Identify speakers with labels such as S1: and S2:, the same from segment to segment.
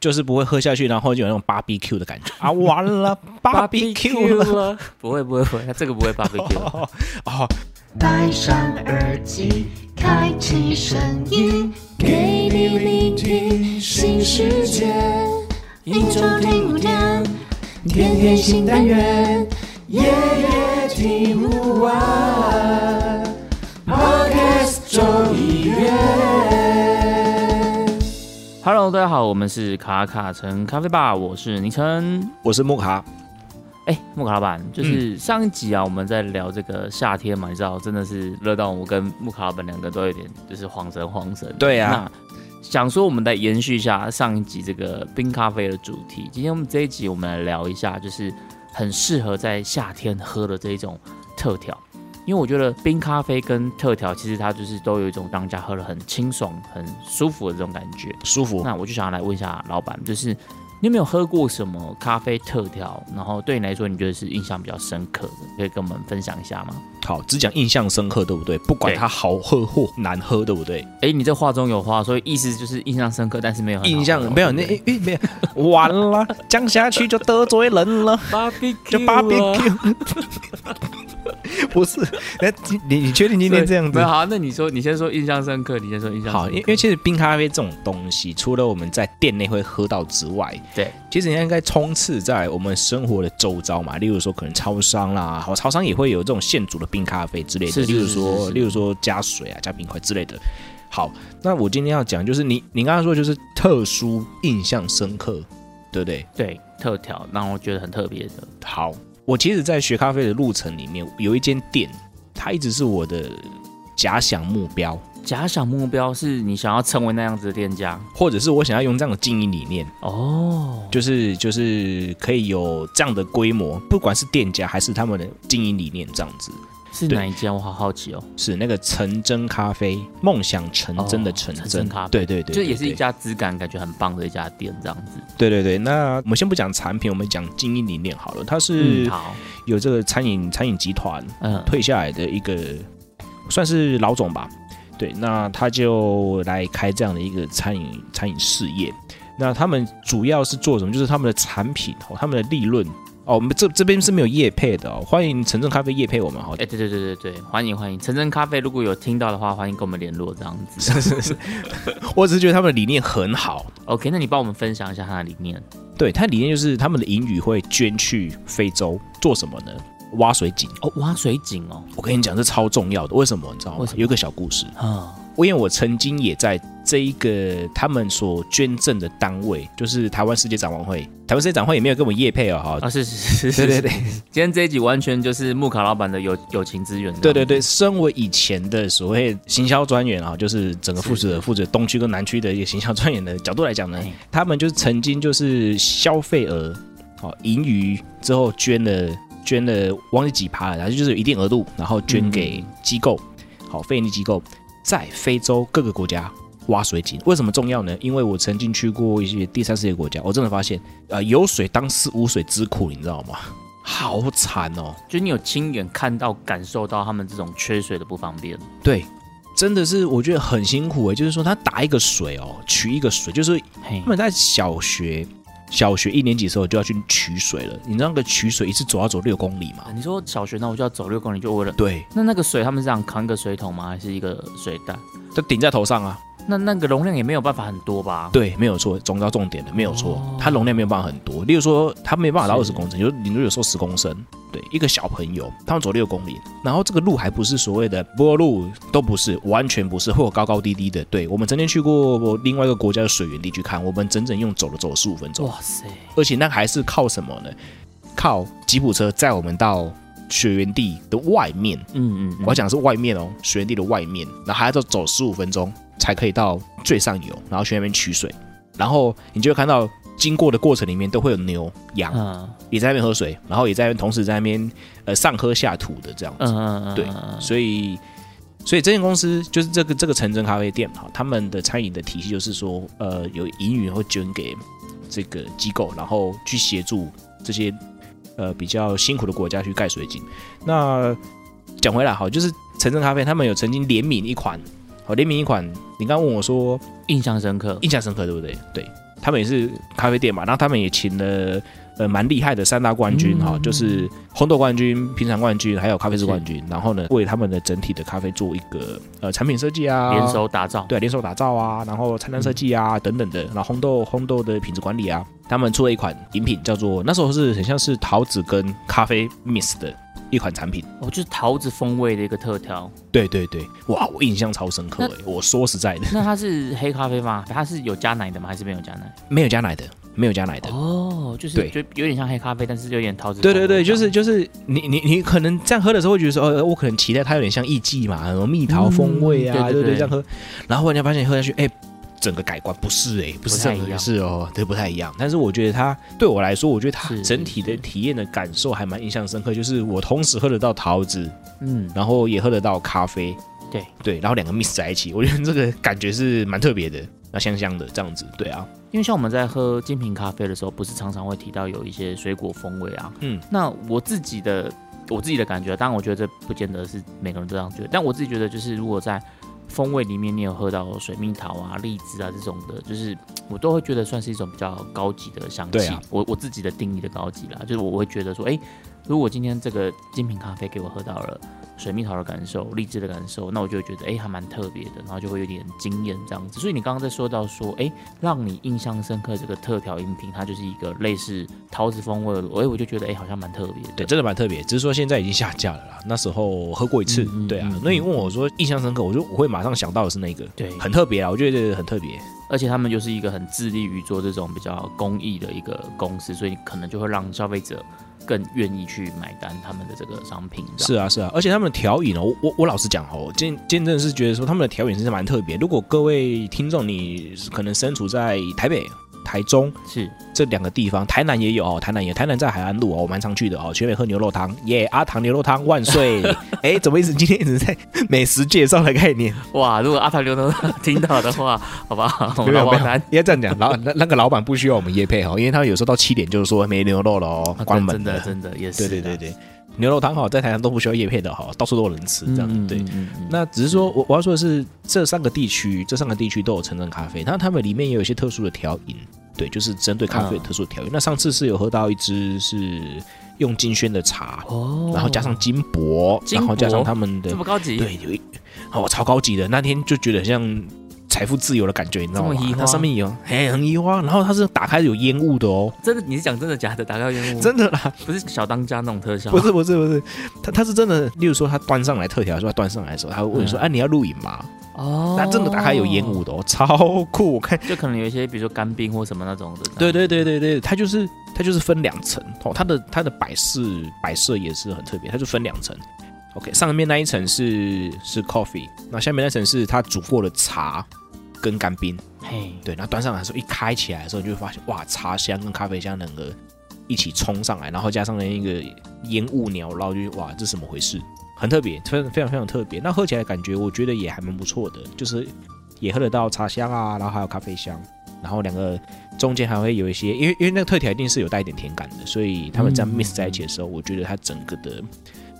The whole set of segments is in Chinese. S1: 就是不会喝下去，然后就有那种 BBQ 的感觉啊！完 了，BBQ 了
S2: 了， 不会不会不会，这个不会 barbecue 了。
S1: 哦哦，
S3: 戴上耳机，开启声音，给你聆听新世界。一周听五天，天天新单元，夜夜听不完。Podcast 周一月，
S2: Hello，大家好，我们是卡卡城咖啡吧，我是倪晨。
S1: 我是木卡，
S2: 哎、木卡老板，就是
S1: 嗯
S2: 上一集啊，我们在聊这个夏天嘛，你知道，真的是热到我跟木卡老板两个都有点就是慌神慌神。
S1: 对啊
S2: 那想说我们来延续一下上一集这个冰咖啡的主题，今天我们这一集我们来聊一下，就是很适合在夏天喝的这一种特调。因为我觉得冰咖啡跟特调，其实它就是都有一种让人家喝了很清爽、很舒服的这种感觉。
S1: 舒服。
S2: 那我就想要来问一下老板，就是你有没有喝过什么咖啡特调？然后对你来说，你觉得是印象比较深刻的，可以跟我们分享一下吗？
S1: 好，只讲印象深刻，对不对？不管
S2: 对
S1: 它好喝或难喝，对不对？
S2: 哎，你这话中有话，所以意思就是印象深刻，但是没有很好哦
S1: 印象没有那
S2: 对不对
S1: 诶诶没有，完了， 降下去就得罪人了，就
S2: barbecue 啊
S1: BBQ。不是，哎，你你你确定今天这样子
S2: 没有？好，那你说，你先说印象深刻，你先说印象深刻
S1: 好，因为因为其实冰咖啡这种东西，除了我们在店内会喝到之外，
S2: 对，
S1: 其实应该充斥在我们生活的周遭嘛。例如说，可能超商啦，好，超商也会有这种现煮的冰咖啡之类的。
S2: 是是
S1: 例如
S2: 是是
S1: 说，
S2: 是
S1: 例如说加水啊、加冰块之类的。好，那我今天要讲就是你，你刚刚说就是特殊印象深刻，对不对？
S2: 对特调让我觉得很特别的，
S1: 好，我其实，在学咖啡的路程里面，有一间店，它一直是我的假想目标，
S2: 假想目标是你想要成为那样子的店家
S1: 或者是我想要用这样的经营理念。
S2: 哦，
S1: 就是就是可以有这样的规模，不管是店家还是他们的经营理念，这样子
S2: 是
S1: 对
S2: 哪一间？我好好奇哦，
S1: 是那个成真咖啡，梦想成真的成
S2: 哦成
S1: 真、
S2: 真咖啡
S1: 对对对，
S2: 就
S1: 对
S2: 也是一，家质感感觉很棒的一家店，这样子。
S1: 对对对对。那我们先不讲产品，我们讲经营理念好了，它是
S2: 嗯好，
S1: 有这个餐饮餐饮集团
S2: 嗯，
S1: 退下来的一个算是老总吧，对，那他就来开这样的一个餐饮餐饮事业。那他们主要是做什么？就是他们的产品哦，他们的利润哦，我们这这边是没有业配的哦，欢迎城镇咖啡业配我们哈哦
S2: 哎、。对对对对对，欢迎欢迎，晨晨咖啡如果有听到的话，欢迎跟我们联络这样子。
S1: 是是是，我只是觉得他们的理念很好，
S2: OK，那你帮我们分享一下他的理念。
S1: 对，它理念就是他们的盈余会捐去非洲做什么呢？挖水井，
S2: 哦，挖水井哦，
S1: 我跟你讲，这超重要的，为什么你知道吗
S2: 为什？么
S1: 有一个小故事，
S2: 啊，
S1: 因为我曾经也在这一个他们所捐赠的单位，就是台湾世界展望会。台湾世界展望会也没有跟我们业配哦，哈、
S2: 啊是是是是，
S1: 对对对，
S2: 今天这一集完全就是木卡老板的友友情资源。
S1: 对对对，，身为以前的所谓行销专员啊，就是整个负责负责东区跟南区的一个行销专员的角度来讲呢
S2: 哎，
S1: 他们就是曾经就是消费额哦盈余之后捐了捐了忘记几趴了，然后就是有一定额度，然后捐给机构，好非营利机构，在非洲各个国家。挖水井为什么重要呢？因为我曾经去过一些第三世界国家，我真的发现，呃，有水当思无水之苦，你知道吗？好惨哦！
S2: 就你有亲眼看到、感受到他们这种缺水的不方便。
S1: 对，真的是我觉得很辛苦诶，欸就是说他打一个水哦，取一个水，就是
S2: 嘿
S1: 他，们在小学小学一年级的时候就要去取水了。你知道那个取水一次走要走六公里
S2: 啊
S1: 嘛？
S2: 你说小学那我就要走六公里就为了。
S1: 对，
S2: 那那个水，他们是这样扛一个水桶吗？还是一个水袋？
S1: 他顶在头上啊。
S2: 那那个容量也没有办法很多吧？
S1: 对，没有错，总到重点了，没有错
S2: 哦，
S1: 它容量没有办法很多。例如说，它没办法到二
S2: 是
S1: 十公升，有你如有时候十公升，对，一个小朋友他们走六公里，然后这个路还不是所谓的柏油路，都不是，完全不是，会有高高低低的。对我们曾经去过另外一个国家的水源地去看，我们整整用走了走了十五分钟。
S2: 哇塞，
S1: 而且那还是靠什么呢？靠吉普车载我们到雪原地的外面，
S2: 嗯嗯嗯，
S1: 我要讲的是外面哦，雪原地的外面，然后还要再走十五分钟才可以到最上游，然后去那边取水，然后你就会看到经过的过程里面都会有牛羊
S2: 嗯
S1: 也在那边喝水，然后也在那边同时在那边呃上喝下吐的这样
S2: 嗯
S1: 子，
S2: 嗯嗯，
S1: 对
S2: 嗯
S1: 所以。所以这间公司就是这个这个城镇咖啡店哈，他们的餐饮的体系就是说，呃，有盈余会捐给这个机构，然后去协助这些呃比较辛苦的国家去盖水井。那讲回来哈，就是城镇咖啡他们有曾经联名一款，好联名一款，你刚刚问我说
S2: 印象深刻。
S1: 印象深刻对不对？对，他们也是咖啡店嘛，然后他们也请了呃蛮厉害的三大冠军哈、就是烘豆冠军、品尝冠军，还有咖啡师冠军，然后呢为他们的整体的咖啡做一个呃产品设计啊，
S2: 联手打造，
S1: 对联手打造啊，然后餐单设计啊、等等的，然后烘豆烘豆的品质管理啊，他们出了一款饮品叫做那时候是很像是桃子跟咖啡 mix 的一款产品。
S2: 哦，就是桃子风味的一个特调。
S1: 对对对，哇，我印象超深刻诶！我说实在的，
S2: 那它是黑咖啡吗？它是有加奶的吗？还是没有加奶？
S1: 没有加奶的，没有加奶的。
S2: 哦，就是
S1: 对
S2: 就有点像黑咖啡，但是有点桃子风
S1: 对
S2: 味这
S1: 对对，
S2: 样。
S1: 就是就是你你你可能这样喝的时候会觉得说，呃，我可能期待它有点像艺妓嘛，什么蜜桃风味
S2: 嗯
S1: 啊，
S2: 对
S1: 对
S2: 对对
S1: 这样喝，然后忽然间发现喝下去，哎，整个改观不是哎，不是
S2: 不
S1: 这
S2: 太
S1: 样
S2: 一
S1: 回
S2: 样
S1: 事哦，对，不太一样。但是我觉得它对我来说，我觉得它
S2: 是
S1: 整体的
S2: 是
S1: 体验的感受还蛮印象深刻，就是我同时喝得到桃子，
S2: 嗯，
S1: 然后也喝得到咖啡，
S2: 对
S1: 对，然后两个 mix 在一起，我觉得这个感觉是蛮特别的，那香香的这样子，对啊，
S2: 因为像我们在喝精品咖啡的时候，不是常常会提到有一些水果风味啊。
S1: 嗯，
S2: 那我自己的我自己的感觉，当然我觉得这不见得是每个人都这样觉得，但我自己觉得就是如果在风味里面你有喝到水蜜桃啊、荔枝啊这种的，就是我都会觉得算是一种比较高级的香
S1: 对
S2: 气。
S1: 啊
S2: 我我自己的定义的高级啦，就是我会觉得说，哎、如果今天这个精品咖啡给我喝到了水蜜桃的感受、荔枝的感受，那我就会觉得哎、还蛮特别的，然后就会有点惊艳这样子。所以你刚刚在说到说，哎、让你印象深刻这个特调饮品，它就是一个类似桃子风味的，哎、我就觉得哎、好像蛮特别的。
S1: 对，真的蛮特别，只是说现在已经下架了啦。那时候喝过一次，
S2: 嗯嗯
S1: 对啊。
S2: 嗯
S1: 那你问我说印象深刻，我就我会马上想到的是那个，
S2: 对
S1: 很特别啊，我觉得很特别。
S2: 而且他们就是一个很致力于做这种比较公益的一个公司，所以可能就会让消费者更愿意去买单他们的这个商品。这样
S1: 是啊，是啊，而且他们的调饮哦，我我我老实讲哦，我见见证是觉得说他们的调饮是蛮特别。如果各位听众你可能身处在台北、台中
S2: 是，
S1: 这两个地方，台南也有哦，台南也，台南在海岸路哦，我蛮常去的哦，全美喝牛肉汤，耶、阿唐牛肉汤万岁！ 哎，怎么一直今天一直在美食介绍的概念？
S2: 哇！如果阿塔刘能听到的话，好不好？我们
S1: 没
S2: 老
S1: 有没
S2: 王
S1: 有
S2: 单，
S1: 应该这样讲，老那那个老板不需要我们夜配哦，因为他有时候到七点就是说没牛肉了哦，关门
S2: 真的真的也是
S1: 对
S2: 啊，
S1: 对对对，牛肉汤哈，在台南都不需要夜配的哈，到处都有人吃
S2: 嗯，
S1: 这样子
S2: 嗯
S1: 对。
S2: 嗯嗯嗯
S1: 那只是说我我要说的是，这三个地区，这三个地区都有城镇咖啡，那他们里面也有一些特殊的调饮，对，就是针对咖啡有特殊的调饮。那上次是有喝到一支是用金萱的茶，
S2: 哦，
S1: 然后加上金箔，
S2: 金
S1: 然后加上
S2: 箔
S1: 他们的
S2: 这么高级，
S1: 对，有一哦，超高级的，那天就觉得很像财富自由的感觉，你知道
S2: 这么移
S1: 吗？
S2: 花
S1: 它上面有嘿很移花，然后它是打开有烟雾的哦，
S2: 真的你是讲真的假的？打开烟雾，
S1: 真的啦，
S2: 不是小当家那种特效，
S1: 不是不是不是，它它是真的，例如说它端上来特调，说它端上来的时候，他会问说，
S2: 嗯
S1: 哎、你要录影吗？
S2: 哦，
S1: 那真的打开有烟，雾的哦，超酷，我看，
S2: 就可能有一些比如说干冰或什么那种的，
S1: 对对对对对，它就是它就是分两层哦，它的它的摆饰摆设也是很特别，它就分两层。OK，上面那一层是是 coffee，那下面那层是它煮过的茶跟干冰。
S2: 嘿，
S1: 对，然后端上来的时候，一开起来的时候，你就会发现哇，茶香跟咖啡香两个一起冲上来，然后加上那个烟雾缭绕，就是哇，这是怎么回事？很特别，非常非常非常特别。那喝起来的感觉，我觉得也还蛮不错的，就是也喝得到茶香啊，然后还有咖啡香，然后两个中间还会有一些，因为因为那个特调一定是有带一点甜感的，所以他们这样
S2: 嗯
S1: mix 在一起的时候，我觉得它整个的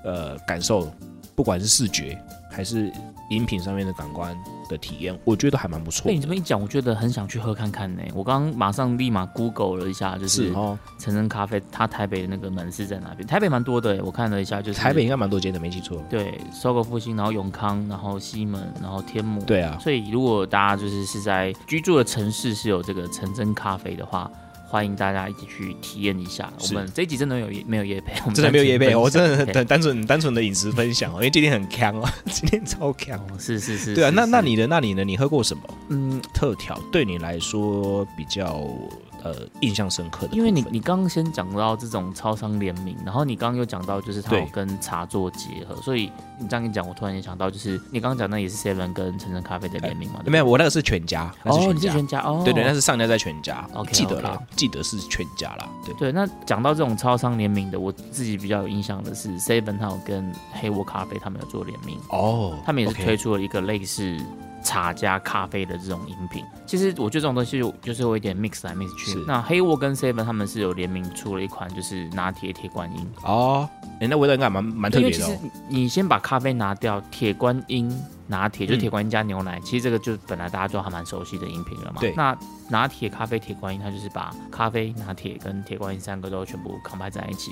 S1: 呃感受，不管是视觉还是饮品上面的感官的体验，我觉得都还蛮不错
S2: 被哎你
S1: 的。
S2: 这么一讲，我觉得很想去喝看看呢。我刚刚马上立马 Google 了一下，就是
S1: 是哦，
S2: 陈真咖啡，它台北的那个门市在哪边？台北蛮多的耶，我看了一下，就是
S1: 台北应该蛮多间的，没记错。
S2: 对，搜狗复兴，然后永康，然后西门，然后天母。，
S1: 对啊，
S2: 所以如果大家就是是在居住的城市是有这个陈真咖啡的话，欢迎大家一起去体验一下。我
S1: 是
S2: 们这一集真的有业没有夜配，我们
S1: 真的没有夜
S2: 单
S1: 配，
S2: 纯
S1: 我 真的
S2: 分享
S1: 很单纯单纯的饮食分享哦，因为今天很强哦， 今天超强。
S2: 对哦是是是，
S1: 对啊，
S2: 是
S1: 那
S2: 是
S1: 那你的那你呢？你喝过什么
S2: 嗯，
S1: 特调？对你来说比较呃印象深刻的部分？
S2: 因为你你刚刚先讲到这种超商联名，然后你刚刚又讲到就是它有
S1: 对
S2: 跟茶做结合，所以你这样一讲，我突然也想到，就是你刚刚讲那也是 Seven 跟陈真咖啡的联名嘛？对不对
S1: 没有，我那个是全家，那
S2: 哦，
S1: 是
S2: 你是
S1: 全家。
S2: 全家哦，
S1: 对对，那是上家在全家，
S2: OK，
S1: 记得啦，记得是全家啦。对，
S2: 对，那讲到这种超商联名的，我自己比较有印象的是 Seven 还有跟黑沃咖啡他们有做联名，
S1: 哦，
S2: 他们也是
S1: OK
S2: 推出了一个类似茶加咖啡的这种饮品。其实我觉得这种东西有就是有一点 mix 来 mix 去
S1: 是。
S2: 那黑沃跟 Seven 他们是有联名出了一款就是拿铁铁观音，
S1: 哦，哎、那味道应该还蛮蛮特
S2: 因为
S1: 别
S2: 其
S1: 的、
S2: 实
S1: 哦。
S2: 你先把咖啡拿掉，铁观音拿铁就是
S1: 嗯
S2: 铁观音加牛奶，其实这个就本来大家都还蛮熟悉的饮品了嘛。
S1: 对
S2: 那拿铁、咖啡、铁观音，它就是把咖啡、拿铁跟铁观音三个都全部 combine 在一起。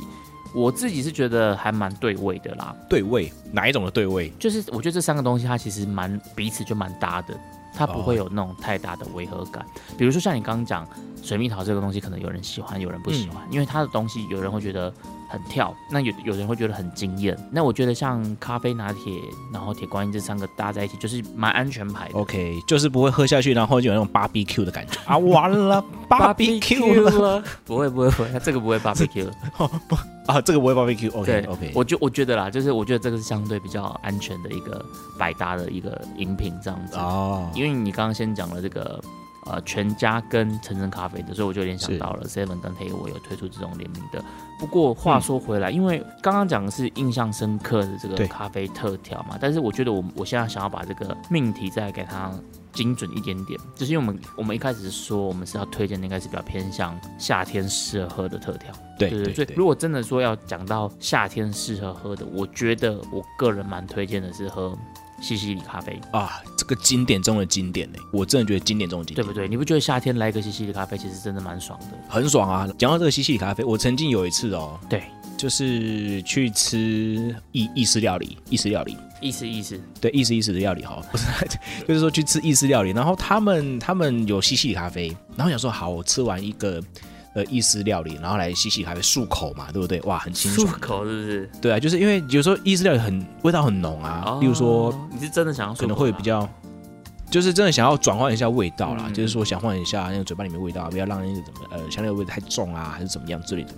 S2: 我自己是觉得还蛮对味的啦，
S1: 对味，哪一种的对味？
S2: 就是我觉得这三个东西它其实蛮彼此就蛮搭的，它不会有那种太大的违和感。比如说像你刚刚讲水蜜桃这个东西，可能有人喜欢，有人不喜欢，因为它的东西有人会觉得很跳，那有有人会觉得很惊艳。那我觉得像咖啡、拿铁，然后铁观音这三个搭在一起，就是蛮安全牌的。
S1: OK，就是不会喝下去，然后就有那种 BBQ 的感觉啊！完 了，BBQ 了
S2: 了， 不会不会不会，这个不会 barbecue 了。
S1: 啊！这个不会 BBQ。
S2: 对
S1: OK OK，
S2: 我就我觉得啦，就是我觉得这个是相对比较安全的一个百搭的一个饮品这样子。
S1: 哦，
S2: 因为你刚刚先讲了这个呃全家跟晨晨咖啡的，所以我就联想
S1: 是
S2: 到了 Seven 跟黑我有推出这种联名的。不过话说回来，因为刚刚讲的是印象深刻的这个
S1: 嗯对
S2: 咖啡特调嘛，但是我觉得我我现在想要把这个命题再给它。精准一点点，就是因为我们我们一开始是说我们是要推荐的，应该是比较偏向夏天适合喝的特调。
S1: 对
S2: 对
S1: 对
S2: 对，所以
S1: 对
S2: 如，果真的说要讲到夏天适合喝的，我觉得我个人蛮推荐的是喝西西里咖啡。
S1: 啊，这个经典中的经典呢，我真的觉得经典中的经
S2: 对
S1: 典，
S2: 不对？你不觉得夏天来一个西西里咖啡，其实真的蛮爽的？
S1: 很爽啊！讲到这个西西里咖啡，我曾经有一次哦，
S2: 对，
S1: 就是去吃意意式料理，意式料理，
S2: 意思意思，
S1: 对，意式意式的料理哈， 不是，就是说去吃意式料理，然后他们他们有西西里咖啡，然后想说好，我吃完一个呃意式料理，然后来西西里咖啡漱口嘛，对不对？哇，很清
S2: 漱
S1: 爽。
S2: 口是不是？
S1: 对啊，就是因为有时候意式料理很味道很浓啊，
S2: 哦
S1: 例如说，
S2: 你是真的想要漱口啊
S1: 可能会
S2: 吗
S1: 比较，就是真的想要转换一下味道啦，
S2: 嗯
S1: 就是说想换一下那个嘴巴里面味道，不要让那个怎么呃香料味太重啊，还是怎么样之类的。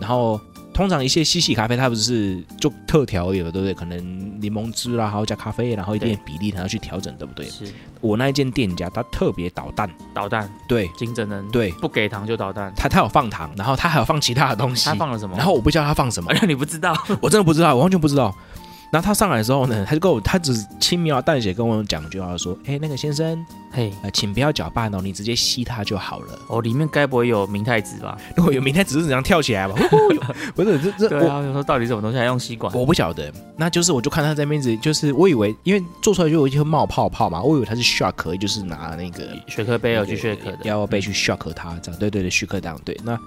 S1: 然后通常一些西西咖啡它不是就特调而已嘛，对不对？可能柠檬汁啦，还有加咖啡，然后一定的比例，然后去调整，对不对？
S2: 是
S1: 我那一间店家他特别捣蛋，
S2: 捣蛋
S1: 对
S2: 金正恩，，
S1: 对，
S2: 不给糖就捣蛋。
S1: 他他有放糖，然后他还有放其他的东西
S2: 他，放了什么？
S1: 然后我不知道他放什么
S2: 哎。呀你不知道，
S1: 我真的不知道，我完全不知道。然后他上来的时候呢，他就跟我，他只是轻描淡写跟我讲一句话，他说：“哎，那个先生，
S2: 嘿，
S1: 呃，请不要搅拌哦，你直接吸它就好了。
S2: 哦，里面该不会有明太子吧？
S1: 如果有明天只是这样跳起来吧，呼呼不是这这
S2: 对
S1: 我
S2: 啊，我说到底是什么东西还用吸管？
S1: 我不晓得。那就是我就看他在那边子，就是我以为因为做出来就有一些冒泡泡嘛，我以为他是 shark，就是拿那个
S2: 雪克杯有啊去雪克的，嗯
S1: 要被去 shock 它，这样对对对，shock 这样对。那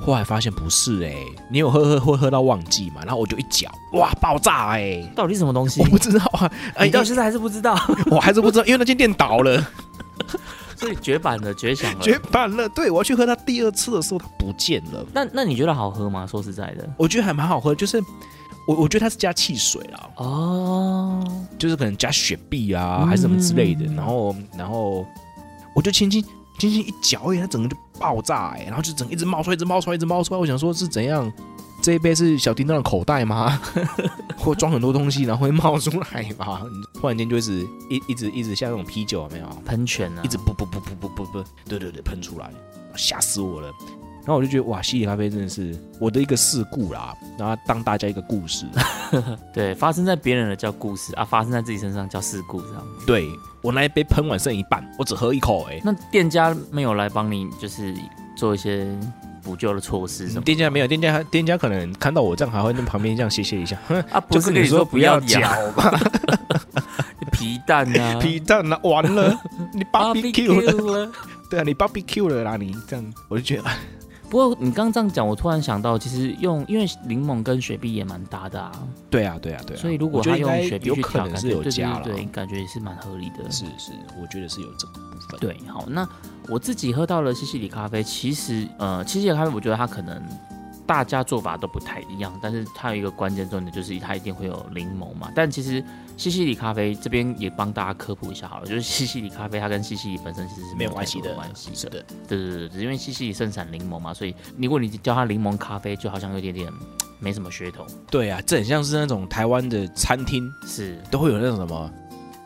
S1: 后来发现不是哎、你有喝喝会喝到忘记嘛？然后我就一搅，哇，爆炸哎、
S2: 到底是什么东西
S1: 我？不知道啊，哎
S2: 你，到现在还是不知道，
S1: 我还是不知道，因为那间店倒了，
S2: 所以绝版了，绝响了。
S1: 绝版了。对我要去喝它第二次的时候，它不见了。
S2: 那那你觉得好喝吗？说实在的，
S1: 我觉得还蛮好喝，就是我我觉得它是加汽水啦，
S2: 哦，
S1: 就是可能加雪碧啊，
S2: 嗯
S1: 还是什么之类的。然后然后我就轻轻轻轻一嚼，哎，它整个就爆炸哎、然后就整个一直冒出来，一直冒出来，一直冒出来。我想说是怎样？这一杯是小叮当的口袋吗？ 或装很多东西，然后会冒出来吗？你突然间就一直一一直一直像那种啤酒有没有？
S2: 喷泉啊，
S1: 一直不不不不不不不，对对对，喷出来，吓死我了。然后我就觉得哇，西里咖啡真的是我的一个事故啦，然后当大家一个故 事。
S2: 对，发生在别人的叫故事啊，发生在自己身上叫事故这样。
S1: 对我那一杯喷完剩一半，我只喝一口哎、
S2: 那店家没有来帮你，就是做一些补救的措施什么
S1: 嗯店家没有，店家店家可能看到我这样，还会在旁边这样谢谢一下，哼，
S2: 啊？不是
S1: 就
S2: 跟
S1: 跟
S2: 你
S1: 你
S2: 说
S1: 说
S2: 不
S1: 不
S2: 要
S1: 要
S2: 搅
S1: 搅
S2: 吗？ 皮蛋啊，
S1: 皮蛋啊，完 了，你
S2: barbecue
S1: barbecue 了，
S2: 了。
S1: 对啊，你 barbecue 了啦，你这样，我就觉得哎
S2: 不过你刚刚这样讲，我突然想到，其实用因为柠檬跟雪碧也蛮搭的啊，
S1: 对啊，对啊，对啊。
S2: 所以如果
S1: 我觉
S2: 他
S1: 得
S2: 用
S1: 应
S2: 雪
S1: 该
S2: 碧
S1: 有
S2: 去
S1: 可
S2: 调，
S1: 能
S2: 感
S1: 是
S2: 觉
S1: 有
S2: 对对
S1: 加了，
S2: 对对，感觉也是蛮合理的。
S1: 是是，我觉得是有这个部分。
S2: 对，好，那我自己喝到了西西里咖啡，其实呃，西西里咖啡我觉得它可能大家做法都不太一样，但是它有一个关键重点就是它一定会有柠檬嘛。但其实西西里咖啡这边也帮大家科普一下好了，就是西西里咖啡它跟西西里本身其实是
S1: 没有
S2: 关
S1: 关系的，
S2: 关系
S1: 是
S2: 的。
S1: 的，
S2: 对对对对，因为西西里盛产柠檬嘛，所以如果你叫它柠檬咖啡，就好像有点点没什么噱头。
S1: 对啊，这很像是那种台湾的餐厅
S2: 是，
S1: 都会有那种什么，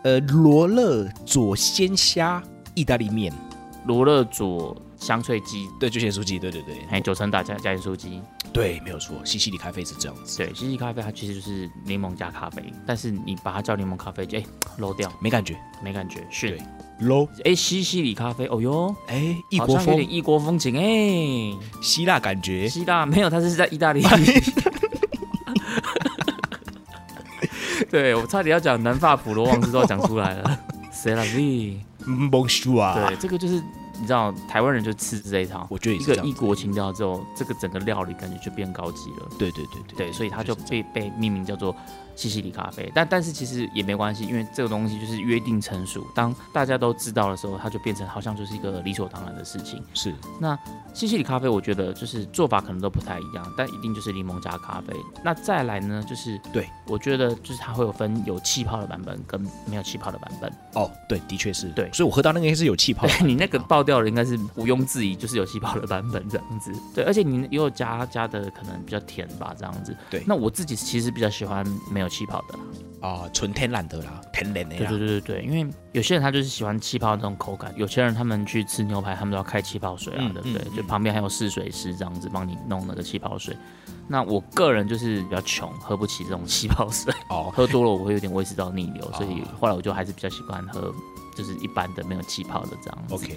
S1: 呃，罗勒左鲜虾意大利面，
S2: 罗勒佐香脆鸡，
S1: 对，就咸酥鸡，对对对
S2: 还有九层塔加加盐酥鸡。
S1: 对，没有错，西西里咖啡是这样子，
S2: 对，西西咖啡它其实就是柠檬加咖啡，但是你把它叫柠檬咖啡，就哎 low 掉，
S1: 没感觉
S2: 没感觉。是
S1: 对，low，
S2: 哎，西西里咖啡，哦哟，
S1: 哎，异
S2: 好
S1: 国
S2: 像有
S1: 风，
S2: 点异国风情哎。
S1: 希腊感觉，
S2: 希腊没有，它是在 意大利。对我差点要讲南法普罗旺斯都要讲出来了 s e l a v
S1: 嗯，Bonjour 啊
S2: 对，，这个就是你知道台湾人就吃这一套，
S1: 我觉得也
S2: 一
S1: 是这
S2: 个
S1: 样
S2: 异
S1: 子，
S2: 国情调之后，这个整个料理感觉就变高级了。
S1: 对对对对，
S2: 对，所以它就
S1: 就是
S2: 被被命名叫做西西里咖啡。但但是其实也没关系，因为这个东西就是约定成熟，当大家都知道的时候，它就变成好像就是一个理所当然的事情。
S1: 是
S2: 西西里咖啡，我觉得就是做法可能都不太一样，但一定就是柠檬加咖啡。那再来呢，就是
S1: 对，
S2: 我觉得就是它会有分有气泡的版本跟没有气泡的版本。
S1: 哦，对，的确是，
S2: 对
S1: 所以我喝到那个应该是有气 泡的，
S2: 对你那个爆掉了，应该是毋庸置疑，就是有气泡的版本这样子。对，而且你也有加加的可能比较甜吧，这样子。
S1: 对
S2: 那我自己其实比较喜欢没有气泡的啦。
S1: 啊，纯天然的啦，天然的
S2: 对
S1: 啦
S2: 对，对对对，因为有些人他就是喜欢气泡那种口感，有些人他们去吃牛排，他们都要开气泡水啊，
S1: 嗯
S2: 对不对？
S1: 嗯
S2: 就
S1: 嗯
S2: 旁边还有试水师这样子帮你弄那个气泡水。那我个人就是比较穷，喝不起这种气泡水，
S1: 哦，
S2: 喝多了我会有点胃食道逆流，所以后来我就还是比较习惯喝就是一般的没有气泡的这样子。
S1: OK，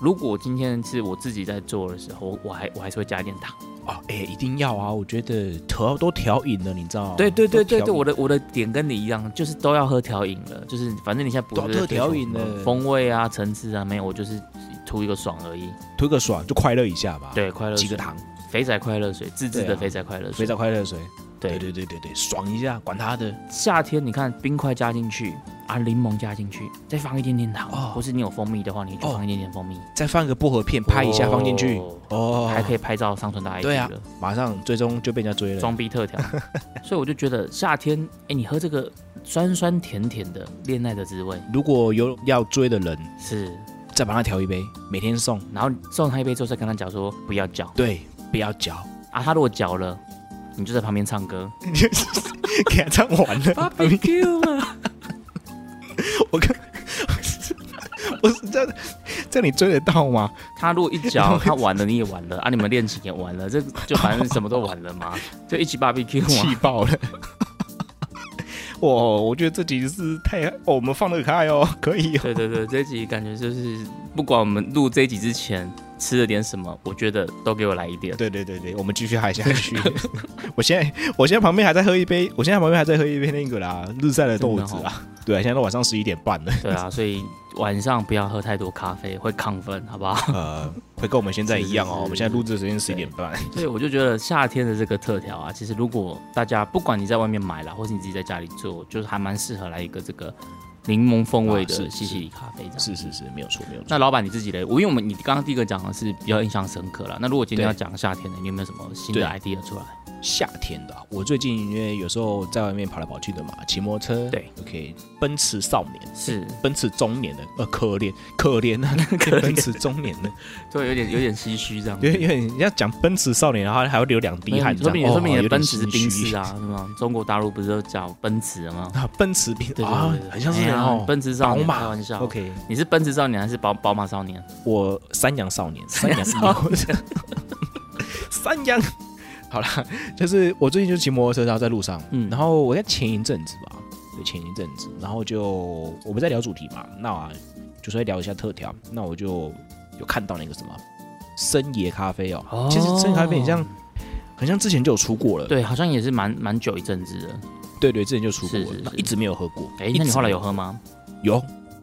S2: 如果今天是我自己在做的时候，我我还我还是会加一点糖。
S1: 哦，哎，一定要啊，我觉得调都调饮了，你知道吗？
S2: 对对对对
S1: 哦都
S2: 对，
S1: 调饮
S2: 我的我的点跟你一样，就是都要喝调饮了，就是反正你现在不
S1: 都
S2: 是
S1: 喝
S2: 在追求
S1: 调饮
S2: 什么
S1: 了
S2: 风味啊、层次啊，没有，我就是图一个爽而已。
S1: 图个爽就快乐一下吧，，
S2: 对，快乐
S1: 啊几个
S2: 水，
S1: 糖，
S2: 肥仔快乐水，自制
S1: 对
S2: 的
S1: 啊
S2: 肥仔快乐
S1: 肥
S2: 水。
S1: 皂快乐水，对
S2: 对，
S1: 对对对对，爽一下，管他的，
S2: 夏天你看冰块加进去啊，柠檬加进去，再放一点点糖，
S1: 哦
S2: 或是你有蜂蜜的话，你就
S1: 哦
S2: 放一点点蜂蜜，
S1: 再放一个薄荷片，拍一下放进去，
S2: 哦
S1: 哦，
S2: 还可以拍照上传到 IG
S1: 对啊
S2: 了。
S1: 马上最终就被人家追了。
S2: 装 逼特调，所以我就觉得夏天，哎、你喝这个酸酸甜甜的恋爱的滋味
S1: 如果有要追的人，
S2: 是，
S1: 再帮他调一杯，每天送。
S2: 然后送他一杯之后再跟他讲说不要搅
S1: 对，不要 嚼，
S2: 啊，他如果搅了，你就在旁边唱歌
S1: 给他唱完 了。
S2: ，barbecue 嘛，
S1: 我看，我是这样这样你追得到吗？
S2: 他如果一搅，他完了你也完了啊，你们恋情也完了，这就反正什么都完了 嘛，就一起 barbecue 嘛，
S1: 气爆了。 哇，我觉得这集是太哦，我们放得开哦，可以哦。
S2: 对对对，这一集感觉就是不管我们录这一集之前吃了点什么，我觉得都给我来一点。
S1: 对对对对，我们继续嗨下去。 我现在我现在旁边还在喝一杯，我现在旁边还在喝一杯那个啦，日晒的豆子
S2: 真的哦
S1: 啊。对啊，现在都晚上十一点半 了，
S2: 对啊，所以晚上不要喝太多咖啡，会亢奋，好 不好？
S1: 呃，会跟我们现在一样
S2: 是
S1: 哦。
S2: 是
S1: 我们现在录制的时间十一点半。
S2: 所以我就觉得夏天的这个特调啊，其实如果大家不管你在外面买啦，或是你自己在家里做，就是还蛮适合来一个这个柠檬风味
S1: 啊是
S2: 的西西里咖啡这样。
S1: 是是是，没有错没有错。
S2: 那老板你自己嘞？我因为我们你刚刚第一个讲的是比较印象深刻啦。那如果今天
S1: 对
S2: 要讲夏天的，你有没有什么新的
S1: 对
S2: idea 出来？
S1: 夏天的啊、我最近因为有时候在外面跑来跑去的嘛，骑摩托车，
S2: 对
S1: ，OK，奔驰少年，
S2: 是，
S1: 奔驰中年的，呃，可怜可怜啊，
S2: 可怜
S1: 奔驰中年的，
S2: 对，有点有点唏嘘这样子。
S1: 因为因为人家讲奔驰少年，然后还要流两
S2: 没
S1: 滴
S2: 有
S1: 汗
S2: 你
S1: 这
S2: 嗯说
S1: 样，
S2: 明你说明你
S1: 哦
S2: 的奔驰是宾。
S1: 有点心
S2: 士
S1: 虚
S2: 啊，是吗？中国大陆不是都叫奔驰了吗？
S1: 啊，奔驰宾
S2: 对对
S1: 啊
S2: 对对，
S1: 很像是
S2: 哎呀
S1: 哦，
S2: 奔驰少年
S1: 宝马
S2: 开玩笑
S1: OK，
S2: 你是奔驰少年还是宝宝马少年？
S1: 我山羊少 年，山羊
S2: 山羊少
S1: 山羊。好啦，就是我最近就骑摩托车，然后在路上，
S2: 嗯
S1: 然后我在前一阵子吧，对，前一阵子，然后就我们在聊主题嘛，那、啊、就是会聊一下特调，那我就有看到那个什么深野咖啡哦，
S2: 哦
S1: 其实深野咖啡很像，很像之前就有出过了，
S2: 对，好像也是蛮蛮久一阵子的。
S1: 对对，之前就出过了，
S2: 是是是
S1: 那一直没有喝过，
S2: 哎、
S1: 一
S2: 那你
S1: 直
S2: 后来
S1: 没
S2: 有喝吗？
S1: 有，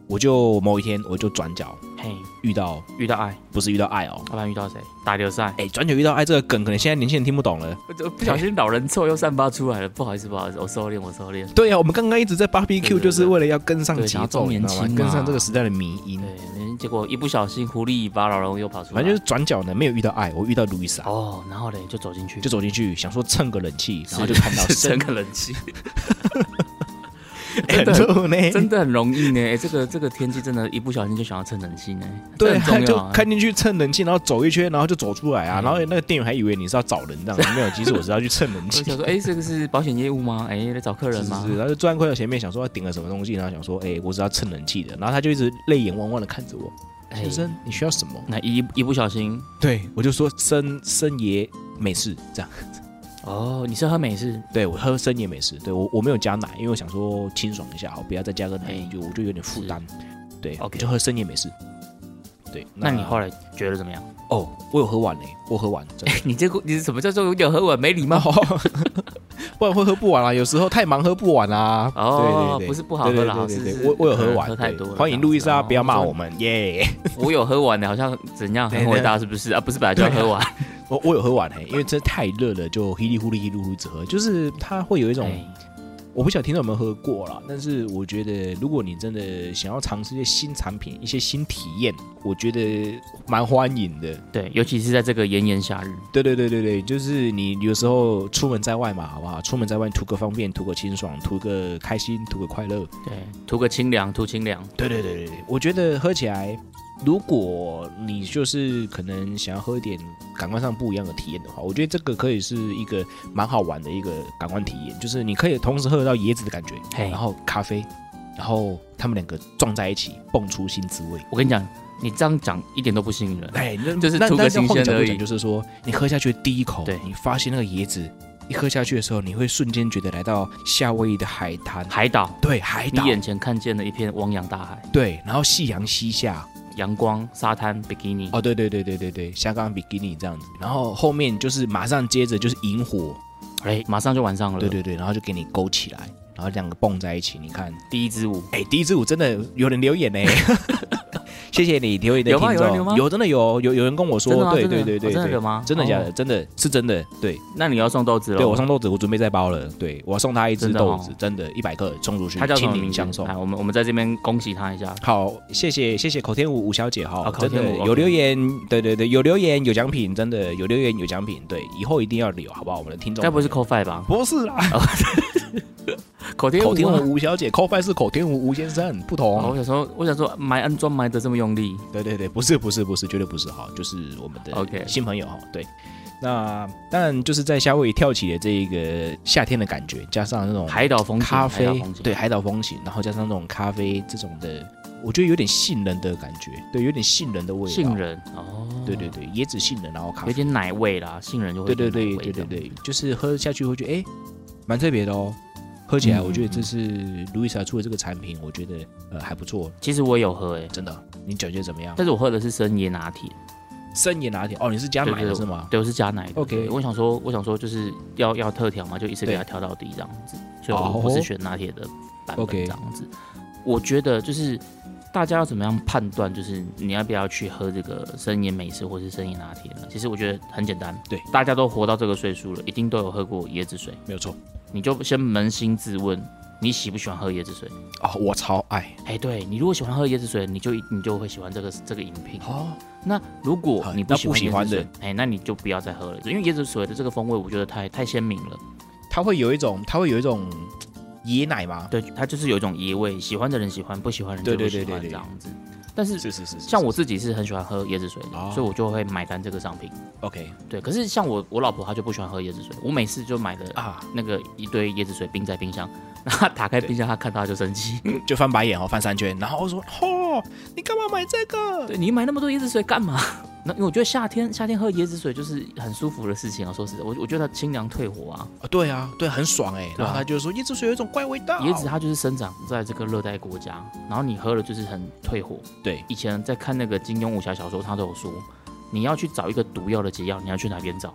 S1: 我就某一天我就转角
S2: 嘿，
S1: 遇到，
S2: 遇到爱，
S1: 不是遇到爱哦，
S2: 要不然遇到谁？打球赛，
S1: 哎，转角遇到爱这个梗，可能现在年轻人听不懂了。
S2: 我就不小心老人臭又散发出来了，不好意思，不好意思，我收敛，我收敛。
S1: 对呀、我们刚刚一直在 barbecue，
S2: 对
S1: 就是为了要跟上
S2: 对
S1: 节
S2: 想要
S1: 奏，
S2: 装
S1: 你
S2: 年
S1: 知道吗？
S2: 轻嘛
S1: 跟上这个时代的迷音。
S2: 对，结果一不小心，狐狸尾巴老人又跑
S1: 嗯
S2: 出来，
S1: 反正就是转角呢，没有遇到爱，我遇到路易莎，
S2: 哦，然后嘞就走进去，
S1: 就走进去想说蹭个冷气，然后就看到
S2: 生
S1: 深
S2: 个冷气，
S1: 很
S2: 真的
S1: 热呢，
S2: 真的很容易呢。哎这个这个天气真的，一不小心就想要趁冷气呢，
S1: 对
S2: 这
S1: 啊，
S2: 很重
S1: 就
S2: 要、啊。
S1: 看进去蹭冷气，然后走一圈，然后就走出来啊，
S2: 嗯
S1: 然后那个店员还以为你是要找人这样，没有，其实我是要去蹭冷
S2: 我
S1: 气
S2: 就。想说，哎、这个是保险业务吗？哎、来找客人
S1: 是
S2: 吗？
S1: 是是，然后就坐在快乐前面，想说要顶了什么东西，然后想说，哎、我是要蹭冷气的，然后他就一直泪眼汪汪的看着我，先生，你需要什么？
S2: 那一一不小心，
S1: 对我就说生生椰美式这样。
S2: 哦，你是喝美式，
S1: 对我喝生椰美式，对我我没有加奶，因为我想说清爽一下，好不要再加个奶
S2: 哎，
S1: 就我就有点负担。对
S2: OK
S1: 我就喝生椰美式。对，
S2: 那你后来觉得怎么样？
S1: 哦，我有喝完嘞，我喝完，真的
S2: 你这个你是什么叫做有点喝完没礼
S1: 那
S2: 貌？
S1: 好，不然会喝不完啊，有时候太忙喝不完啊。
S2: 哦
S1: 对对对，
S2: 不是不好喝啦
S1: 对对
S2: 是
S1: 对对
S2: 是
S1: 我我有喝
S2: 可
S1: 完，
S2: 能喝太
S1: 对
S2: 多了
S1: 欢迎路易
S2: 这样
S1: 莎，
S2: 子哦
S1: 不要骂我们，耶！
S2: 我有喝完的，好像怎样很伟大是不是啊？不是本来就要喝完，
S1: 我我有喝完嘿，因为真的太热了，就稀里呼噜稀里呼噜只喝，就是它会有一种
S2: 哎
S1: 我不晓得听众有没有喝过啦，但是我觉得如果你真的想要尝试一些新产品、一些新体验，我觉得蛮欢迎的。
S2: 对，尤其是在这个炎炎夏日，
S1: 对对对对对，就是你有时候出门在外嘛，好不好？出门在外图个方便，图个清爽，图个开心，图个快乐。
S2: 对，图个清凉，图清凉，
S1: 对对对对对，我觉得喝起来，如果你就是可能想要喝一点感官上不一样的体验的话，我觉得这个可以是一个蛮好玩的一个感官体验，就是你可以同时喝得到椰子的感觉，
S2: 嘿
S1: 然后咖啡，然后他们两个撞在一起，蹦出新滋味。
S2: 我跟你讲，你这样讲一点都不吸引人。
S1: 哎，那
S2: 就是
S1: 那
S2: 图个
S1: 那
S2: 新
S1: 换个
S2: 鲜
S1: 角度
S2: 而已
S1: 讲，就是说你喝下去的第一口，
S2: 对
S1: 你发现那个椰子一喝下去的时候，你会瞬间觉得来到夏威夷的海滩，
S2: 海岛，
S1: 对海
S2: 你
S1: 岛，
S2: 眼前看见了一片汪洋大海，
S1: 对，然后夕阳西下，
S2: 阳光、沙滩、比基尼，
S1: 哦，对对对对对对，香港比基尼这样子，然后后面就是马上接着就是萤火，
S2: 哎，马上就晚上了。
S1: 对，对对，然后就给你勾起来，然后两个蹦在一起，你看，
S2: 第一支舞，
S1: 哎，第一支舞真的有人留言 呢、谢谢你留言的
S2: 有吗
S1: 听
S2: 有人
S1: 众，
S2: 留吗
S1: 真的有有有人跟我
S2: 真的
S1: 说，
S2: 吗
S1: 对
S2: 真的
S1: 对对对
S2: 哦真的
S1: 对
S2: 有吗
S1: 真的假的？
S2: 哦
S1: 真的是真的，对
S2: 那你要送豆子了。
S1: 对，我送豆子，我准备再包了，对我要送他一只
S2: 真的
S1: 豆
S2: 哦
S1: 子，真的，一百克冲出去
S2: 他，叫什
S1: 亲
S2: 么
S1: 临
S2: 名字
S1: 相？送。
S2: 哎，我们我们在这边恭喜他一下。
S1: 好，谢谢谢谢口天舞吴小姐哈
S2: 好，口
S1: 真的
S2: 天舞
S1: 有
S2: OK
S1: 留言，对对对，有留言有奖品，真的有留言有奖品，对，以后一定要留，好不好？我们的听众
S2: 该不会是 Co Five 吧？
S1: 不是啦，
S2: 口天
S1: 口天
S2: 舞啊。
S1: 舞吴小姐 c o f i 是口天舞吴先生，不
S2: 哦我
S1: 同，
S2: 想说，我想说，埋安装埋的这么用力，
S1: 对对对，不是不是不是，绝对不是哈，就是我们的
S2: OK
S1: 新朋友哈，对。那当然就是在夏威夷跳起的这一个夏天的感觉，加上那种
S2: 海岛风
S1: 哦
S2: 情，
S1: 咖
S2: 海岛
S1: 啡
S2: 风，情
S1: 对，海岛风情，然后加上那种咖啡这种的，我觉得有点杏仁的感觉，对，有点杏仁的味道，
S2: 杏仁哦，
S1: 对对，对，椰子杏仁，然后咖
S2: 有
S1: 啡。
S2: 点奶味啦，杏仁就会
S1: 对对
S2: 有点
S1: 对
S2: 奶味
S1: 对对
S2: 这样
S1: 对，就是喝下去会觉得哎，蛮特别的哦。喝起来，我觉得这是路易莎出的这个产品，我觉得呃还不错，
S2: 其实我有喝诶，
S1: 真的。你感觉怎么样？
S2: 但是我喝的是生椰拿铁，
S1: 生椰拿铁哦，你是加奶
S2: 对
S1: 的
S2: 对
S1: 是吗？
S2: 对，我是加奶的。
S1: OK
S2: 对我想说，我想说就是要要特调嘛，就一次给
S1: 对
S2: 它调到底这样子，所以
S1: 哦
S2: 我不是选拿铁的版本
S1: OK
S2: 这样子。我觉得就是大家要怎么样判断，就是你要不要去喝这个生椰美式或是生椰拿铁呢？其实我觉得很简单，
S1: 对，
S2: 大家都活到这个岁数了，一定都有喝过椰子水，
S1: 没有错
S2: 你就先扪心自问，你喜不喜欢喝椰子水？
S1: 啊，我超爱
S2: 哎，对你如果喜欢喝椰子水，你就你就会喜欢这个这个饮品。
S1: 哦，
S2: 那如果
S1: 好
S2: 你
S1: 那
S2: 不喜
S1: 不
S2: 欢
S1: 喜
S2: 椰
S1: 欢
S2: 子
S1: 的
S2: 水，哎，那你就不要再喝了，因为椰子水的这个风味，我觉得太太鲜明了。
S1: 它会有一种，它会有一种椰奶吗？
S2: 对，它就是有一种椰味，喜欢的人喜欢，不喜欢的人
S1: 对
S2: 就
S1: 对
S2: 不
S1: 对
S2: 喜欢
S1: 对
S2: 这
S1: 对
S2: 样子。但是
S1: 是是是，
S2: 像我自己是很喜欢喝椰子水的，
S1: 哦
S2: 所以我就会买单这个商品。
S1: OK
S2: 对，可是像我我老婆她就不喜欢喝椰子水，我每次就买了
S1: 啊，
S2: 那个一堆椰子水冰在冰箱， 然后她打开
S1: 对
S2: 冰箱，她看到她就生气。
S1: 就翻白眼哦，翻三圈，然后我说哦，你干嘛买这个？
S2: 对你买那么多椰子水干嘛？ 那因为我觉得夏天夏天喝椰子水就是很舒服的事情啊，说实在，我我觉得它清凉退火啊。
S1: 啊对啊，对，很爽哎。
S2: 对啊
S1: 然后他就说椰子水有一种怪味道，
S2: 椰子它就是生长在这个热带国家，然后你喝了就是很退火。
S1: 对
S2: 以前在看那个金庸武侠小说，他都有说，你要去找一个毒药的解药，你要去哪边找？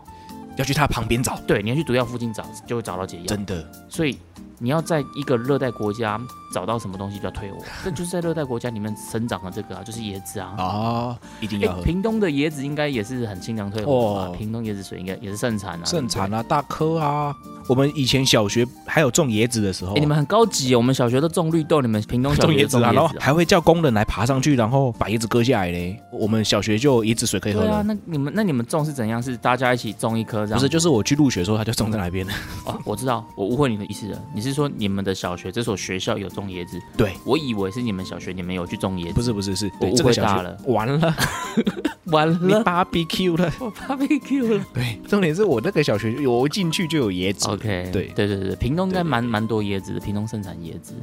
S1: 要去它旁边找，
S2: 对，你要去毒药附近找，就会找到解药。
S1: 真的。
S2: 所以你要在一个热带国家找到什么东西叫退火，这就是在热带国家里面生长的这个啊，就是椰子啊。
S1: 哦，一定
S2: 诶
S1: 要喝。
S2: 屏东的椰子应该也是很清凉退火的吧？
S1: 哦
S2: 屏东椰子水应该也是盛产啊，
S1: 盛产
S2: 啊。
S1: 啊，大颗啊。我们以前小学还有种椰子的时候，啊
S2: 哎、你 们很高级哦，我们小学都种绿豆，你们屏东小
S1: 种椰
S2: 学也
S1: 子
S2: 种椰
S1: 啊，然后
S2: 子、啊。
S1: 还会叫工人来爬上去，然后把椰子割下来嘞。我们小学就有椰子水可以喝
S2: 对啊，
S1: 了。
S2: 那你们那你们种是怎样？是大家一起种一棵这样？
S1: 不是，就是我去入学的时候，他就种在那边的。
S2: 哦，我知道，我误会你的意思了。你是说你们的小学这所学校有种椰子？
S1: 对，
S2: 我以为是你们小学你们有去种椰
S1: 不
S2: 子。
S1: 是不是是，对
S2: 我误
S1: 这个
S2: 会
S1: 小
S2: 大
S1: 学
S2: 了
S1: 完 了，
S2: 完
S1: 你 BBQ 了。
S2: 我 barbecue 了。
S1: 对，重点是我那个小学有我进去就有椰子
S2: OK，
S1: 对
S2: 对对对，屏东应该
S1: 对对
S2: 蛮
S1: 对
S2: 蛮多椰子的，屏东盛产椰子。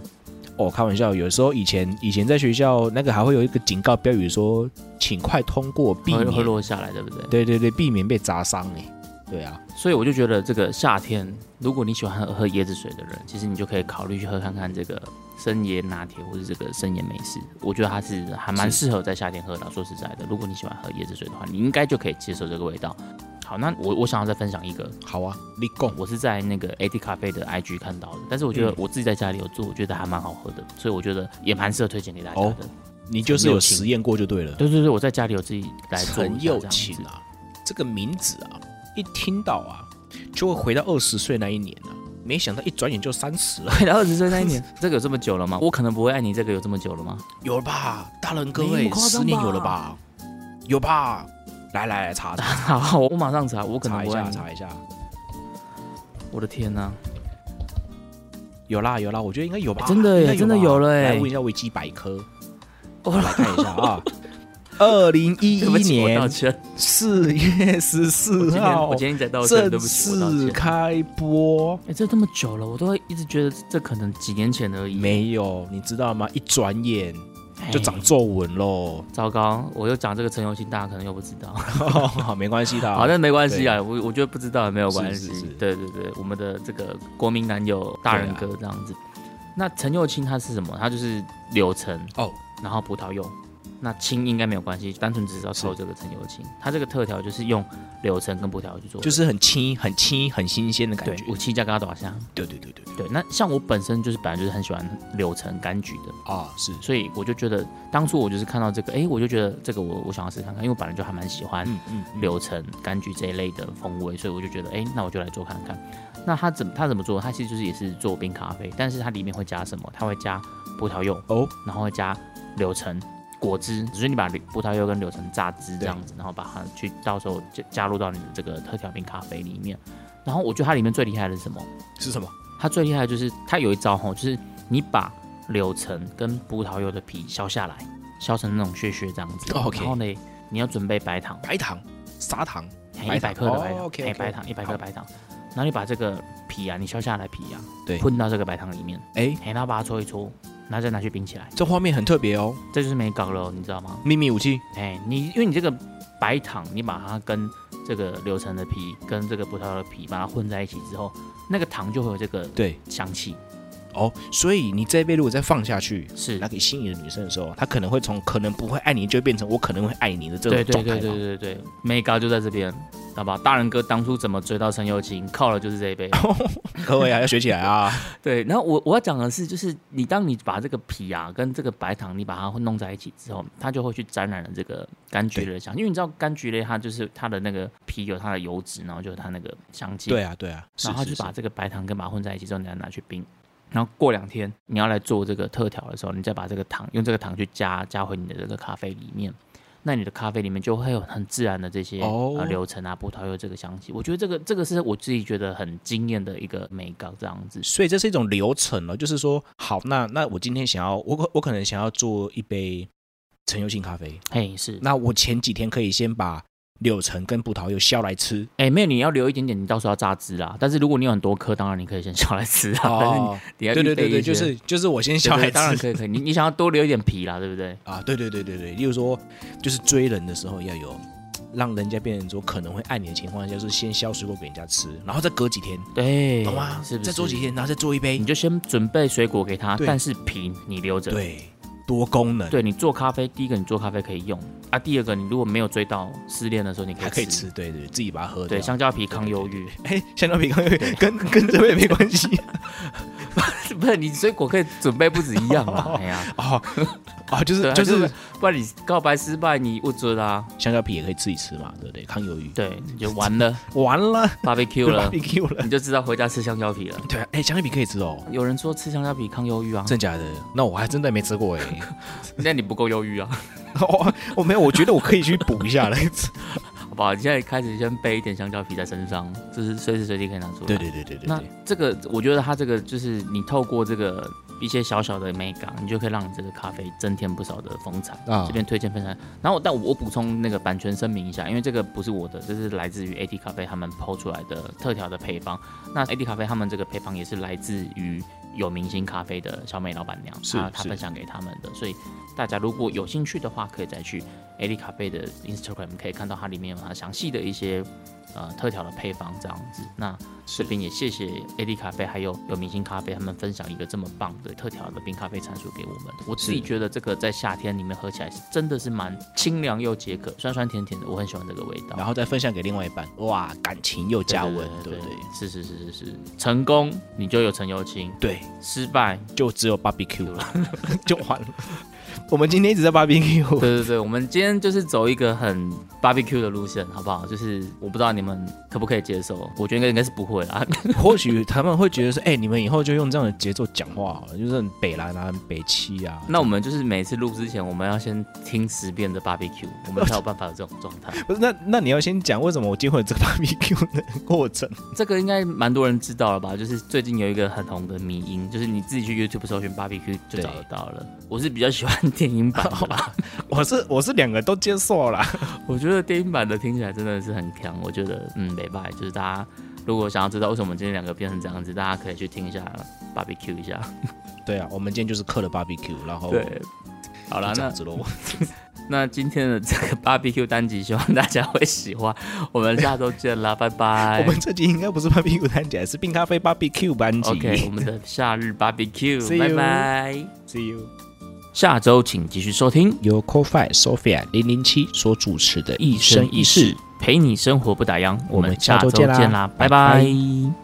S1: 哦，开玩笑，有时候以前以前在学校那个还会有一个警告标语说，请快通过，避
S2: 会会
S1: 免，
S2: 落下来，对不对？
S1: 对对对，避免被砸伤哎、对啊，
S2: 所以我就觉得这个夏天，如果你喜欢喝喝椰子水的人，其实你就可以考虑去喝看看这个生椰拿铁或者这个生椰美式。我觉得它是还蛮适合在夏天喝的。说实在的，如果你喜欢喝椰子水的话，你应该就可以接受这个味道。好，那我我想要再分享一个，
S1: 好啊，立功，
S2: 我是在那个 AD 咖啡的 IG 看到的，但是我觉得我自己在家里有做，我觉得还蛮好喝的，所以我觉得也蛮适合推荐给大家的。
S1: 哦你就是有实验过就对了。
S2: 对对对，我在家里有自己来做
S1: 陈
S2: 一下
S1: 又
S2: 这样
S1: 琴
S2: 子。
S1: 啊，这个名字啊，一听到啊，就会回到二十岁那一年啊。没想到一转眼就三十了，
S2: 快到二十 岁那一年，这个有这么久了吗？我可能不会爱你，这个有这么久了吗？
S1: 有了吧，大人哥
S2: 没那
S1: 哎
S2: 么，夸张
S1: 十年
S2: 吧
S1: 有了吧，有吧？来来来，查查
S2: 好，我马上查，我可能
S1: 查一
S2: 不会爱
S1: 下，
S2: 你。
S1: 查一下，
S2: 我的天呐、
S1: 有啦有啦，我觉得应该有吧，
S2: 真的耶
S1: 应该
S2: 真的
S1: 吧
S2: 有了耶
S1: 来问一下维基百科，
S2: 哦
S1: 我来看一下 啊，二零一
S2: 对不
S1: 一
S2: 起，我道
S1: 年
S2: 歉。
S1: 四月十
S2: 我
S1: 四
S2: 今天
S1: 号
S2: 我今天才道歉，对
S1: 正
S2: 不起，我道
S1: 式
S2: 歉。
S1: 开播。
S2: 哎、这这么久了，我都会一直觉得这可能几年前而已。
S1: 没有，你知道吗？一转眼
S2: 哎
S1: 就长皱纹 喽。
S2: 糟糕，我又讲这个陈友庆，大家可能又不知道。
S1: 好，没关系的啊。
S2: 好，但没关系啊，我我觉得不知道也没有关
S1: 是是
S2: 系
S1: 是。
S2: 对对对，我们的这个国民男友大人哥这样子。
S1: 啊
S2: 那陈友庆他是什么？他就是柳橙，
S1: 哦，
S2: 然后葡萄柚。那青应该没有关系，单纯只是要抽这个陈友庆。他这个特调就是用柳橙跟葡萄去做的，
S1: 就是很清、很清、很新鲜的感
S2: 对
S1: 觉。
S2: 我七加嘎多少香。
S1: 对对对对对
S2: 对，那像我本身就是本来就是很喜欢柳橙柑橘的，
S1: 啊，是
S2: 所以我就觉得当初我就是看到这个，哎，我就觉得这个我我想要试试看看，因为我本来就还蛮喜欢
S1: 嗯嗯嗯
S2: 柳橙、柑橘这一类的风味，所以我就觉得，哎，那我就来做看看。那它怎么它怎么做？它其实就是也是做冰咖啡，但是它里面会加什么？它会加葡萄柚，
S1: 哦，
S2: 然后会加柳橙果汁，只是你把柳葡萄柚跟柳橙榨汁这样子，然后把它去到时候加加入到你的这个特调冰咖啡里面。然后我觉得它里面最厉害的是什么？
S1: 是什么？
S2: 它最厉害的就是它有一招吼，就是你把柳橙跟葡萄柚的皮削下来，削成那种屑屑这样子。
S1: 哦 OK
S2: 然后呢，你要准备白糖，
S1: 白糖、砂糖
S2: 一百克的白糖，
S1: 哦，OK，OK，
S2: 哎白糖一百克
S1: 好
S2: 的白糖。然后你把这个皮啊，你削下来皮啊，
S1: 对
S2: 混到这个白糖里面，
S1: 哎，
S2: 哎，然后把它搓一搓，然后再拿去冰起来，
S1: 这画面很特别哦，
S2: 这就是没搞了哦，你知道吗？
S1: 秘密武器。
S2: 哎，你因为你这个白糖，你把它跟这个柳橙的皮跟这个葡萄柚的皮把它混在一起之后，那个糖就会有这个
S1: 对
S2: 香气，
S1: 哦，所以你这一杯如果再放下去。
S2: 是
S1: 拿给心仪的女生的时候，她可能会从可能不会爱你，就变成我可能会爱你的这
S2: 对
S1: 种
S2: 对
S1: 状态
S2: 对
S1: 嘛。
S2: 对对对，美高就在这边，好吧？大人哥当初怎么追到陈友情，靠的就是这一杯。
S1: 各位啊，要学起来啊！
S2: 对，然后我我要讲的是，就是你当你把这个皮啊跟这个白糖，你把它弄在一起之后，它就会去沾染了这个柑橘类的香，因为你知道柑橘类它就是它的那个皮有它的油脂，然后就有它那个香气。
S1: 对啊，对啊，是
S2: 然后他
S1: 是
S2: 就是把这个白糖跟把它混在一起之后，你再拿去冰。然后过两天你要来做这个特调的时候，你再把这个糖用这个糖去加加回你的这个咖啡里面，那你的咖啡里面就会有很自然的这些、
S1: 哦
S2: 呃流程啊、葡萄柚这个香气。我觉得这个这个是我自己觉得很惊艳的一个美感，这样子。
S1: 所以这是一种流程了，就是说，好，那那我今天想要，我可我可能想要做一杯陈油性咖啡，
S2: 嘿，是
S1: 那我前几天可以先把柳橙跟葡萄柚削来 吃，
S2: 哎，没有你要留一点点，你到时候要榨汁啦。但是如果你有很多颗，当然你可以先 削来吃啊。但是你你要
S1: 哦对对
S2: 预备
S1: 对对，
S2: 一些
S1: 就是就是我先
S2: 对
S1: 削
S2: 对
S1: 来
S2: 当然
S1: 吃
S2: 可以可以。你你想要多留一点皮啦，对不对？
S1: 啊，对对对对对，例如说，就是追人的时候要有。让人家变成说可能会爱你的情况下，就是先削水果给人家吃，然后再隔几天，
S2: 对，
S1: 懂吗？
S2: 是不是？嗯
S1: 再做几天，然后再做一杯
S2: 你，就先准备水果给他，
S1: 对
S2: 但是皮你留着。，
S1: 对，多功能，
S2: 对你做咖啡，第一个你做咖啡可以用啊，第二个你如果没有追到失恋的时候，你可以
S1: 还可以吃，对对，啊自己把它喝
S2: 对，
S1: 掉。
S2: 香蕉皮抗忧郁，
S1: 哎，香蕉皮跟跟 跟这杯没关 系
S2: 不是你水果可以准备不止一样啦，哎呀，
S1: 哦哦，就是
S2: 对，
S1: 就
S2: 还
S1: 是
S2: 不然你告白失败你不准啊，
S1: 香蕉皮也可以自己吃嘛，对不对？抗鱿鱼。
S2: 对，你就完 了
S1: 完了
S2: ，barbecue 了，
S1: b q 了。
S2: 你就知道回家吃香蕉皮了。
S1: 对啊，哎、香蕉皮可以吃哦，
S2: 有人说吃香蕉皮抗忧郁啊，
S1: 真假的？那我还真的没吃过哎、
S2: 那你不够忧郁啊，
S1: 我哦我没有，我觉得我可以去补一下了。
S2: 好不好？你现在开始先备一点香蕉皮在身上，就是随时随地可以拿出来。
S1: 对对对对对
S2: 那
S1: 对，
S2: 这个，我觉得它这个就是你透过这个一些小小的美感，你就可以让你这个咖啡增添不少的风采。
S1: 啊
S2: 这边推荐分享。然后，但我我补充那个版权声明一下，因为这个不是我的，这是来自于 AT 咖啡他们抛出来的特调的配方。那 AT 咖啡他们这个配方也是来自于有明星咖啡的小美老板娘，
S1: 是
S2: 她她
S1: 是
S2: 分享给他们的，所以大家如果有兴趣的话，可以再去艾丽咖啡的 Instagram 可以看到它里面有它详细的一些呃特调的配方这样子。那这边也谢谢艾丽咖啡还有有明星咖啡他们分享一个这么棒的特调的冰咖啡参数给我们，我自己觉得这个在夏天里面喝起来是真的是蛮清凉又解渴，酸酸甜甜的，我很喜欢这个味道。
S1: 然后再分享给另外一半，哇，感情又加温，对
S2: 对
S1: 不对？
S2: 是是是是是，成功你就有陈友清，
S1: 对，
S2: 失败，
S1: 就只有 barbecue 了，就完了。我们今天一直在 barbecue，
S2: 对对对，我们今天就是走一个很 barbecue 的路线，好不好？就是我不知道你们可不可以接受，我觉得应该应该是不会啦。
S1: 或许他们会觉得说，哎、你们以后就用这样的节奏讲话好了，就是很北蓝啊、很北七啊。
S2: 那我们就是每次录之前，我们要先听十遍的 barbecue，我们才有办法有这种状态。
S1: 不是，那那你要先讲为什么我今天会有这个 barbecue 的过程？
S2: 这个应该蛮多人知道了吧？就是最近有一个很红的迷音，就是你自己去 YouTube 搜寻 barbecue 就找得到了。我是比较喜欢 电音版的啦，
S1: 我是我是两个都接受啦。
S2: 我觉得电音版的听起来真的是很强，我觉得嗯没败，就是大家如果想要知道为什么我们今天两个变成这样子，大家可以去听一下 barbecue 一下。
S1: 对啊，我们今天就是刻了 barbecue，然后
S2: 对，
S1: 就
S2: 好啦，
S1: 这
S2: 那
S1: 样子喽。
S2: 那今天的这个 barbecue 单集，希望大家会喜欢。我们下周见啦，拜 拜。
S1: 我们这集应该不是 barbecue 单集，是冰咖啡 barbecue 班级。
S2: OK，我们的夏日 barbecue，
S1: See
S2: 拜
S1: you
S2: 拜。
S1: See you。
S2: 下周请继续收听《
S1: 由 CoFi Sophia 零零七所主持的《
S2: 一生一世》，陪你生活不打烊。我
S1: 我
S2: 们
S1: 们
S2: 下
S1: 下
S2: 周
S1: 周
S2: 见
S1: 见啦
S2: 啦，拜
S1: 拜
S2: 拜。
S1: 拜